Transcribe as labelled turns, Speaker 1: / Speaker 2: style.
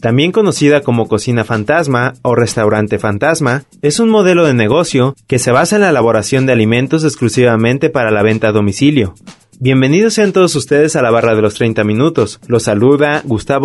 Speaker 1: también conocida como cocina fantasma o restaurante fantasma, es un modelo de negocio que se basa en la elaboración de alimentos exclusivamente para la venta a domicilio. Bienvenidos sean todos ustedes a la barra de los 30 minutos. Los saluda Gustavo